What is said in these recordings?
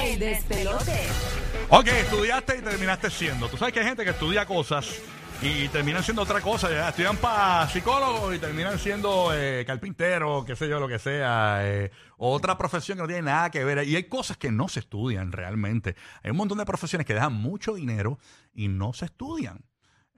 El despelote. Ok, estudiaste y terminaste siendo. Tú sabes que hay gente que estudia cosas y terminan siendo otra cosa. ya Estudian para psicólogos y terminan siendo eh, carpintero, qué sé yo, lo que sea. eh, otra profesión que no tiene nada que ver. Y hay cosas que no se estudian realmente. Hay un montón de profesiones que dejan mucho dinero y no se estudian.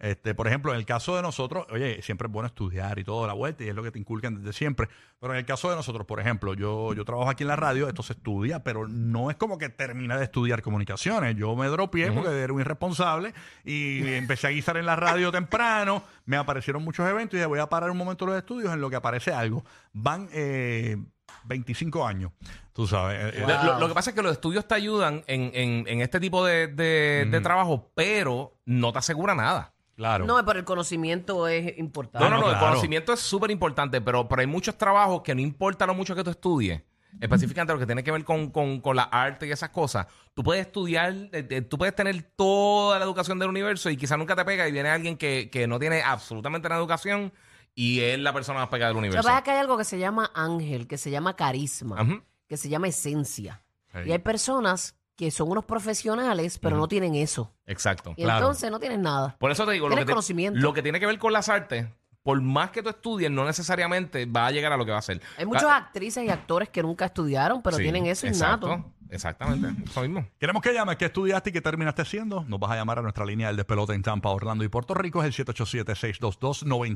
Este, por ejemplo, en el caso de nosotros, oye, siempre es bueno estudiar y todo la vuelta, y es lo que te inculcan desde siempre. Pero en el caso de nosotros, por ejemplo, yo, yo trabajo aquí en la radio, esto se estudia, pero no es como que termina de estudiar comunicaciones. Yo me dropié porque era un irresponsable y empecé a guisar en la radio temprano. Me aparecieron muchos eventos y dije, voy a parar un momento los estudios en lo que aparece algo. Van eh, 25 años, tú sabes. Eh, eh, Lo, lo que pasa es que los estudios te ayudan en, en- en este tipo de, de- de trabajo, pero no te asegura nada. Claro. No, pero el conocimiento es importante. No, no, no, el claro. conocimiento es súper importante, pero, pero hay muchos trabajos que no importa lo mucho que tú estudies, específicamente lo que tiene que ver con, con- con la arte y esas cosas. Tú puedes estudiar, eh, eh, tú puedes tener toda la educación del universo y quizás nunca te pega y viene alguien que, que no tiene absolutamente nada de educación y es la persona más pegada del Lo que universo. pasa es que hay algo que se llama ángel, que se llama carisma, Ajá. que se llama esencia. Hey. Y hay personas que son unos profesionales, pero no tienen eso. Exacto. Y Claro. entonces no tienen nada. Por eso te digo, lo Tienes que, te- conocimiento. lo que tiene que ver con las artes, por más que tú estudies, no necesariamente va a llegar a lo que va a ser. Hay muchas Ah, actrices y actores que nunca estudiaron, pero sí, tienen eso exacto, innato. Exactamente, eso mismo. Queremos que llames, que estudiaste y que terminaste siendo. Nos vas a llamar a nuestra línea del despelote en Tampa, Orlando y Puerto Rico. Es el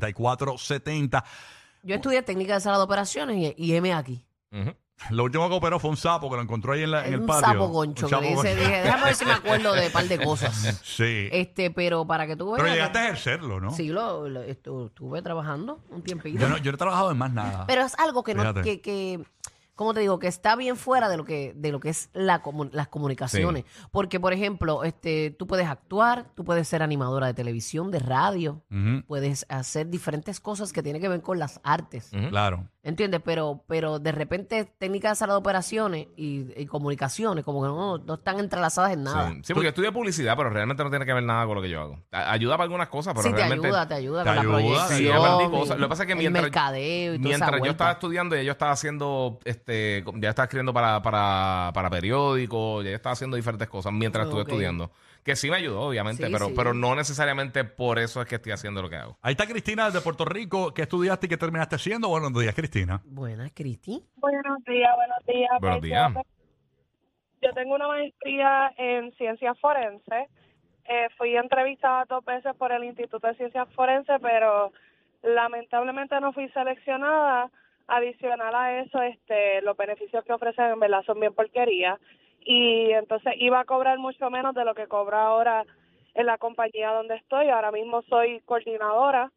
787-622-9470. Yo estudié técnica de sala de operaciones y, y heme aquí. Ujú. Lo último que operó fue un sapo que lo encontró ahí en, la- en Es el un patio. sapo goncho. Un que sapo le hice, goncho. dije, déjame ver si me acuerdo de un par de cosas. Sí. Este, pero para que tú veas. Pero que- llegaste a ejercerlo, ¿no? Sí, lo, lo- estu- estuve trabajando un tiempito. Yo no, yo no he trabajado en más nada. Pero es algo que no, Fíjate. que, que, como te digo, que está bien fuera de lo que, de lo que es la comu- las comunicaciones. Porque, por ejemplo, este, tú puedes actuar, tú puedes ser animadora de televisión, de radio, Ujú, puedes hacer diferentes cosas que tienen que ver con las artes. Ujú. Claro. ¿Entiendes? Pero, pero de repente técnicas de sala de operaciones y, y comunicaciones, como que no, no están entrelazadas en nada. Sí, sí, porque yo estudié publicidad, pero realmente no tiene que ver nada con lo que yo hago. A- Ayuda para algunas cosas, Sí, pero te realmente. ayuda, te ayuda Te con ayuda, la te proyección. Sí, yo aprendí y cosas. Lo que pasa es que el mientras, mercadeo y toda esa mientras yo vuelta. estaba estudiando, ya yo estaba haciendo, este, ya estaba escribiendo para, para, para periódicos, ya yo estaba haciendo diferentes cosas mientras estuve Ok. estudiando. Que sí me ayudó, obviamente, Sí, pero, sí. pero no necesariamente por eso es que estoy haciendo lo que hago. Ahí está Cristina de Puerto Rico. ¿Qué estudiaste y qué terminaste siendo? Buenos días, Cristina. Buenas, Cristi. Buenos días, buenos días. Buenos Pues, días. yo- Yo tengo una maestría en ciencias forenses. Eh, fui entrevistada dos veces por el Instituto de Ciencias Forenses, pero lamentablemente no fui seleccionada. Adicional a eso, este, los beneficios que ofrecen en verdad son bien porquería. Y entonces iba a cobrar mucho menos de lo que cobro ahora en la compañía donde estoy. Ahora mismo soy coordinadora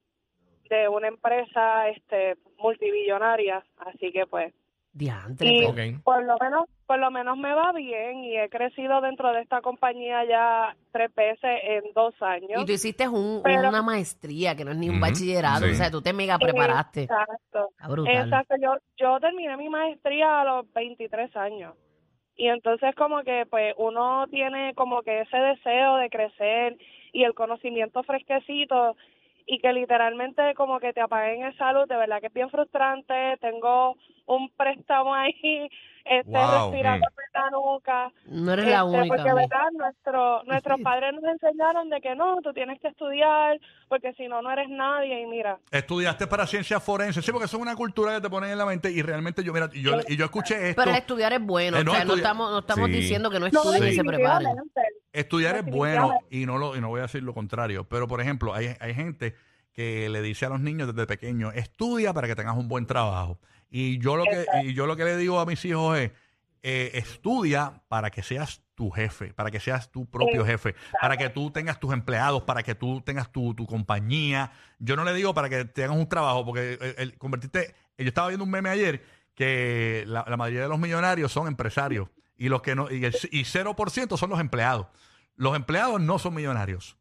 de una empresa este, multibillonaria, así que pues Diantre. Y- pero- Ok. por lo menos, por lo menos me va bien y he crecido dentro de esta compañía ya tres veces en dos años. Y tú hiciste un- Pero- una maestría que no es ni un Ujú, bachillerato, sí. o sea, tú te mega preparaste. Exacto. Está brutal. Exacto. Yo, yo terminé mi maestría a los 23 años. Y entonces como que pues uno tiene como que ese deseo de crecer y el conocimiento fresquecito y que literalmente como que te apaguen esa luz, de verdad que es bien frustrante, tengo un préstamo ahí, este Wow, respirando mm. por la nuca, No eres la este, única. Porque, amiga. ¿verdad? Nuestro, nuestros padres nos enseñaron de que no, tú tienes que estudiar, porque si no, no eres nadie. Y mira, Estudiaste para ciencias forenses. Sí, porque eso es una cultura que te ponen en la mente y realmente yo, mira, y yo, y yo escuché esto. Pero el estudiar es bueno, Eh, no, o sea, no estudiar- estamos, no estamos Sí. diciendo que no no, estudien y Pues se preparen. definitivamente. Estudiar es bueno Definitivamente. y no lo y no voy a decir lo contrario, pero por ejemplo, hay, hay gente que le dice a los niños desde pequeños, estudia para que tengas un buen trabajo. Y yo lo que y yo lo que le digo a mis hijos es eh, estudia para que seas tu jefe, para que seas tu propio jefe, para que tú tengas tus empleados, para que tú tengas tu, tu compañía. Yo no le digo para que tengas un trabajo, porque eh, el, convertirte... Yo estaba viendo un meme ayer que la, la mayoría de los millonarios son empresarios y los que no y, el, y 0% son los empleados. Los empleados no son millonarios.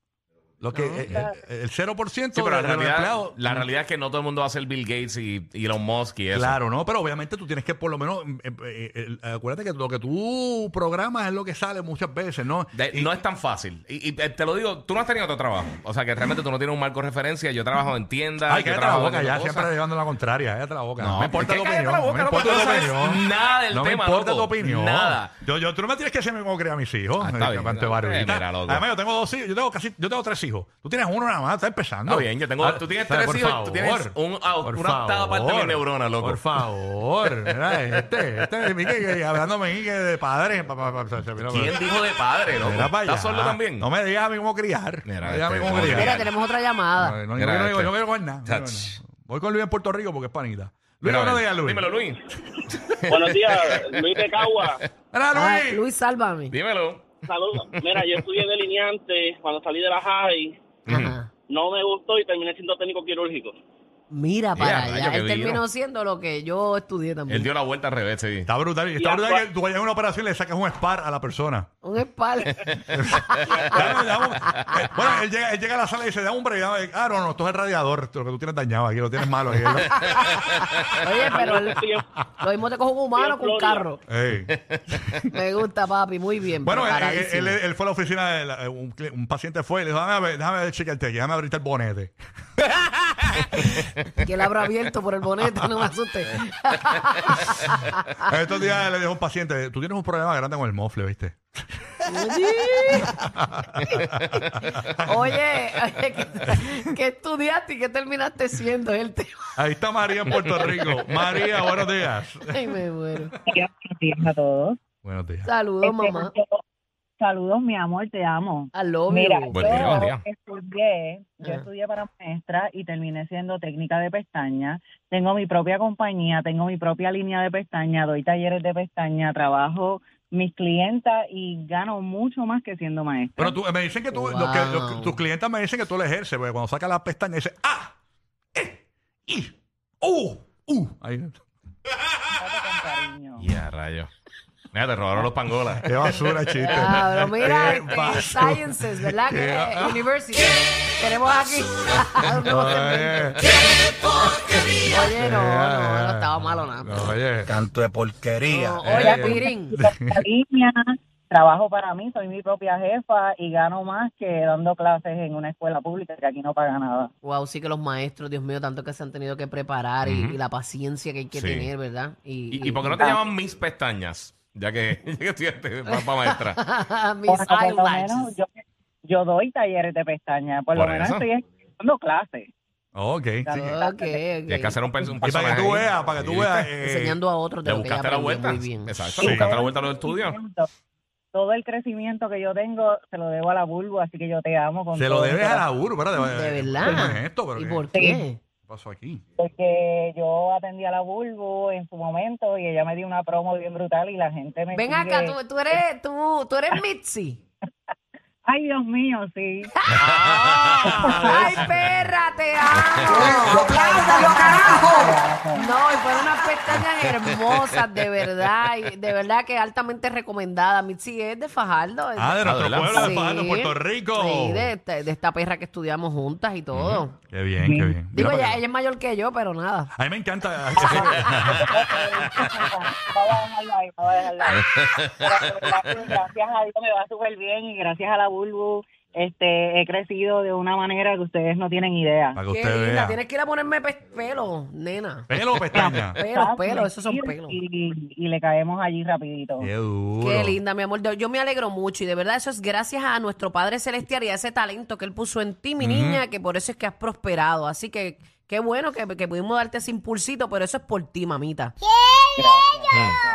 Lo que, eh, eh, el 0% Sí, pero la de los realidad, empleados- Mm. la realidad es que no todo el mundo va a ser Bill Gates y, y Elon Musk y eso. Claro, no, pero obviamente tú tienes que por lo menos, eh, eh, eh, acuérdate que lo que tú programas es lo que sale muchas veces, ¿no? De- Y- no es tan fácil. Y, y, eh, te lo digo, tú no has tenido otro trabajo. O sea, que realmente tú no tienes un marco de referencia. Yo trabajo en tiendas. Ay, yo cállate la trabajo boca, en ya otras siempre cosas. llevando la contraria, cállate la boca. No, me importa es tu que cállate opinión. la boca, me loco, importa tú tu no sabes opinión. nada del no tema, me importa loco, tu opinión. nada. Yo, yo, tú no me tienes que decirme cómo criar a mis hijos. Ah, está eh, bien, tanto no, barbita. eh, mira, loco. Además, yo tengo dos hijos, yo tengo casi, yo tengo tres hijos. Tú tienes uno nada más, estás empezando. Está bien, yo tengo- tú tienes ¿sabes? tres Por hijos y tú tienes favor. un- ah, Por una octava parte de mi favor. neurona, loco. Por favor, mira, este, este, mi que, que hablándome aquí que de padres. pa, pa, pa, se- mira, ¿Quién dijo de padre, loco? Mira para allá. ¿Estás solo también? No me digas a mí cómo criar. Mira, no me digas a mí este, cómo no, criar. Mira, tenemos otra llamada. No, no, yo no Mira digo, este. yo no digo nada. yo no digo Chach. nada. Voy con Luis en Puerto Rico porque es panita. Luis, Mira, a ver. buenos días, Luis. Dímelo, Luis. Buenos días, Luis de Cagua. Mira, Ay, Luis. Ah, Luis, sálvame. Dímelo. Saludos. Mira, yo estudié delineante cuando salí de la high. Ajá. No me gustó y terminé siendo técnico quirúrgico. Mira Ya, para rayo, allá. qué Él duro. terminó siendo lo que yo estudié Él también. dio la vuelta al revés, sí. Está brutal. Está Ya, brutal cua- que tú vayas a una operación y le sacas un spar a la persona. Un espalda. Ya, no, ya, vamos. Eh, bueno, él llega, él llega a la sala y dice, da un break. dame- Ah, no, no, esto es el radiador. Esto es Lo que tú tienes dañado aquí, lo tienes malo. Aquí, ¿no? Oye, pero él- Estoy en- lo mismo te cojo un humano Tío con un Florida. carro. Ey. Me gusta, papi. Muy bien. Bueno, él, él- preparadísimo. él- él fue a la oficina, de la- eh, un, cli- un paciente fue y le dijo, déjame, ver- déjame ver, chequearte aquí, déjame abrirte el bonete. que le habrá abierto por el bonete, no me asuste. Estos días le dijo a un paciente, tú tienes un problema grande con el mofle, ¿viste? Oye, ¿qué, qué estudiaste y qué terminaste siendo? Es el tema. Ahí está María en Puerto Rico. María, buenos días. Ay, me muero. días, buenos días a todos. Buenos días. Saludos, Este, mamá. yo- saludos, mi amor, te amo. Al lobby. Mira, Hugo. Buen día, yo buen día. estudié, yo Ah. estudié para maestra y terminé siendo técnica de pestaña. Tengo mi propia compañía, tengo mi propia línea de pestaña, doy talleres de pestaña, trabajo mis clientas y gano mucho más que siendo maestra. Pero tú, me dicen que tú, Wow. lo que, lo que- tus clientes me dicen que tú lo ejerces, porque cuando sacas las pestañas dice ¡Ah! ¡Eh! ¡I! ¡Uh! ¡Uh! Ahí. Trato con cariño. Y a rayo. Mira, te robaron los pangolas. Qué basura, chiste. Ah, pero mira, Qué este, basura. Sciences, ¿verdad? Qué Que, eh, ba- University. Tenemos aquí. Oye. Oye, no, no, no estaba malo nada. No, oye. Canto de porquería. No, Eh, oye, eh. Pirín. Esta línea, trabajo para mí, soy mi propia jefa y gano más que dando clases en una escuela pública que aquí no paga nada. Wow, sí que los maestros, Dios mío, tanto que se han tenido que preparar y, Ujú. y la paciencia que hay que Sí. tener, ¿verdad? Y, ¿Y, y por qué no te llaman mis pestañas? Ya que, ya que estudiaste para maestra. Mis Bueno, por lo menos eyelashes. yo, yo doy talleres de pestañas, por, Por lo menos eso. estoy dando clases. Ok. sí. Ok, ok. Y hay que hacer un, pers- un Y para personaje que tú ahí. veas, para que tú Sí, veas. ¿viste? eh, Enseñando a otros Pues de Le lo que ya buscaste la aprendió vuelta. muy bien. Exacto, Sí. le buscaste Todo la vuelta a los el estudios. crecimiento, Todo el crecimiento que yo tengo se lo debo a la vulva, así que yo te amo. Con Se lo todo mi debes a corazón, la UR, ¿verdad? De eh, ¿Cómo es verdad. esto? ¿Pero ¿Y qué por qué? pasó aquí? Porque yo atendí a la vulva en su momento y ella me dio una promo bien brutal y la gente me Ven sigue- acá, tú, tú eres, tú, tú eres Mitzi. Ay, Dios mío, sí. Ah. Oh, ¡Ay, perra, te amo! ¡Apláudalo, carajo! No, y fueron unas pestañas hermosas, de verdad, y de verdad que altamente recomendada. Mitzi es de Fajardo. es- Ah, de nuestro Adelante. pueblo de Sí. Fajardo, Puerto Rico. Sí, de, esta- de esta perra que estudiamos juntas y todo. Qué bien, qué bien. Digo, Mira para ella, que- ella es mayor que yo, pero nada. A mí me encanta. Vamos a dejarlo ahí, vamos a dejarlo ahí. Pero de verdad que Gracias a Dios me va súper bien y gracias a la Bulbu este, he crecido de una manera que ustedes no tienen idea. para que Qué usted linda, vea. tienes que ir a ponerme pe- pelo, nena. Pelo o pestaña. Pelos, pelos, esos son pelos. Y, y le caemos allí rapidito. Qué duro. Qué linda, mi amor. Yo, yo me alegro mucho y de verdad eso es gracias a nuestro Padre Celestial y a ese talento que Él puso en ti, mi niña, que por eso es que has prosperado. Así que qué bueno que, que pudimos darte ese impulsito, pero eso es por ti, mamita.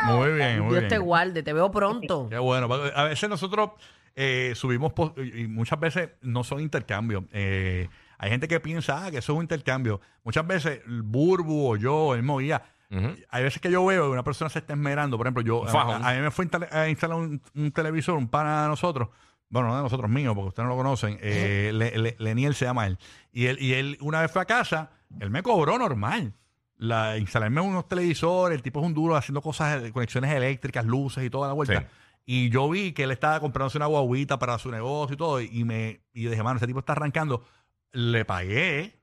Muy bien, muy Dios bien. te guarde, te veo pronto. Qué bueno. A veces nosotros eh, subimos pos- y y muchas veces no son intercambios. Eh, hay gente que piensa ah, que eso es un intercambio. Muchas veces el Burbu o yo, o el mismo guía, Ujú. hay veces que yo veo que una persona se está esmerando. Por ejemplo, yo a, Fajón. a mí me fue a instalar- a instalar un, un televisor, un pana de nosotros. Bueno, no de nosotros mío, porque ustedes no lo conocen. Eh, Le- Le- Leniel se llama él. Y él, y él una vez fue a casa, él me cobró normal. La, instalarme unos televisores, el tipo es un duro haciendo cosas, eh, conexiones eléctricas, luces y toda la vuelta. Sí. Y yo vi que él estaba comprándose una guaguita para su negocio y todo. Y me y dije, mano, ese tipo está arrancando. Le pagué,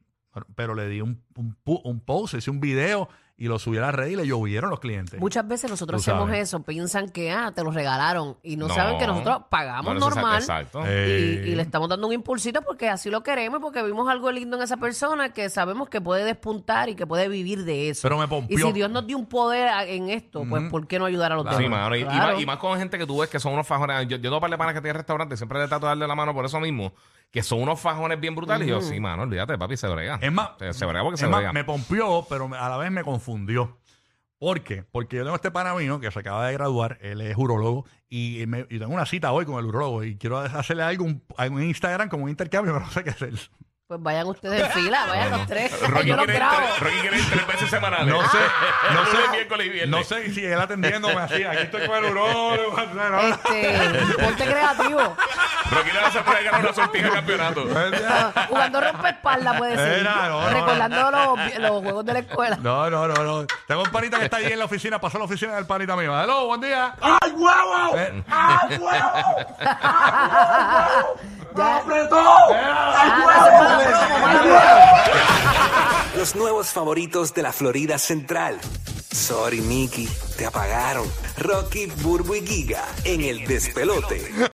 pero le di un, un, pu- un post, hice un video y lo subí a la red y le llovieron los clientes. Muchas veces nosotros Tú hacemos sabes. eso, piensan que ah, te lo regalaron y no, saben que nosotros pagamos No, no, normal Exacto. y, Eh, y le estamos dando un impulsito porque así lo queremos, porque vimos algo lindo en esa persona que sabemos que puede despuntar y que puede vivir de eso. Pero me y pompió. si Dios nos dio un poder a- en esto, pues Ujú. ¿por qué no ayudar a los Sí, demás? mano, y, y Claro. más, y más con gente que tú ves que son unos fajones. Yo, yo tengo par de panas que tienen restaurantes, siempre le trato de darle la mano por eso mismo, que son unos fajones bien brutales. Y yo, sí, mano, olvídate, papi, se brega. Es más, se, se brega porque es se más, brega. me pompió, pero a la vez me confundió. ¿Por qué? Porque yo tengo este pana mío que se acaba de graduar, él es urologo, y, me- y tengo una cita hoy con el urologo y quiero hacerle algo, un, algún Instagram como un intercambio, pero no sé qué hacer. Pues vayan ustedes en fila, vayan los tres. Rocky Yo los quiere ir grabo. tres- Rocky quiere ir tres veces semanales. No sé, no Lunes, sé. miércoles y viernes. No sé si él atendiéndome así, aquí estoy con el urologo. o sea, no, no. Este, ponte creativo. Rocky le va a hacer por ahí ganar una sortija de campeonato. Pues Ah, Jugando rompe espalda puede ser. Era, no, no, Recordando los, los juegos de la escuela. No, no, no, no. Tengo un panita que está allí en la oficina, pasó a la oficina del panita mío. Hello, buen día. ¡Ay, huevo! Eh. ¡Ay, huevo! ¡Ay, huevo! ¡Me apretó! ¡Ay, Ah, no, huevo! se ¡Me puede promo, apretó! Los nuevos favoritos de la Florida Central. Sorry, Mickey, te apagaron. Rocky, Burbu y Giga en el despelote.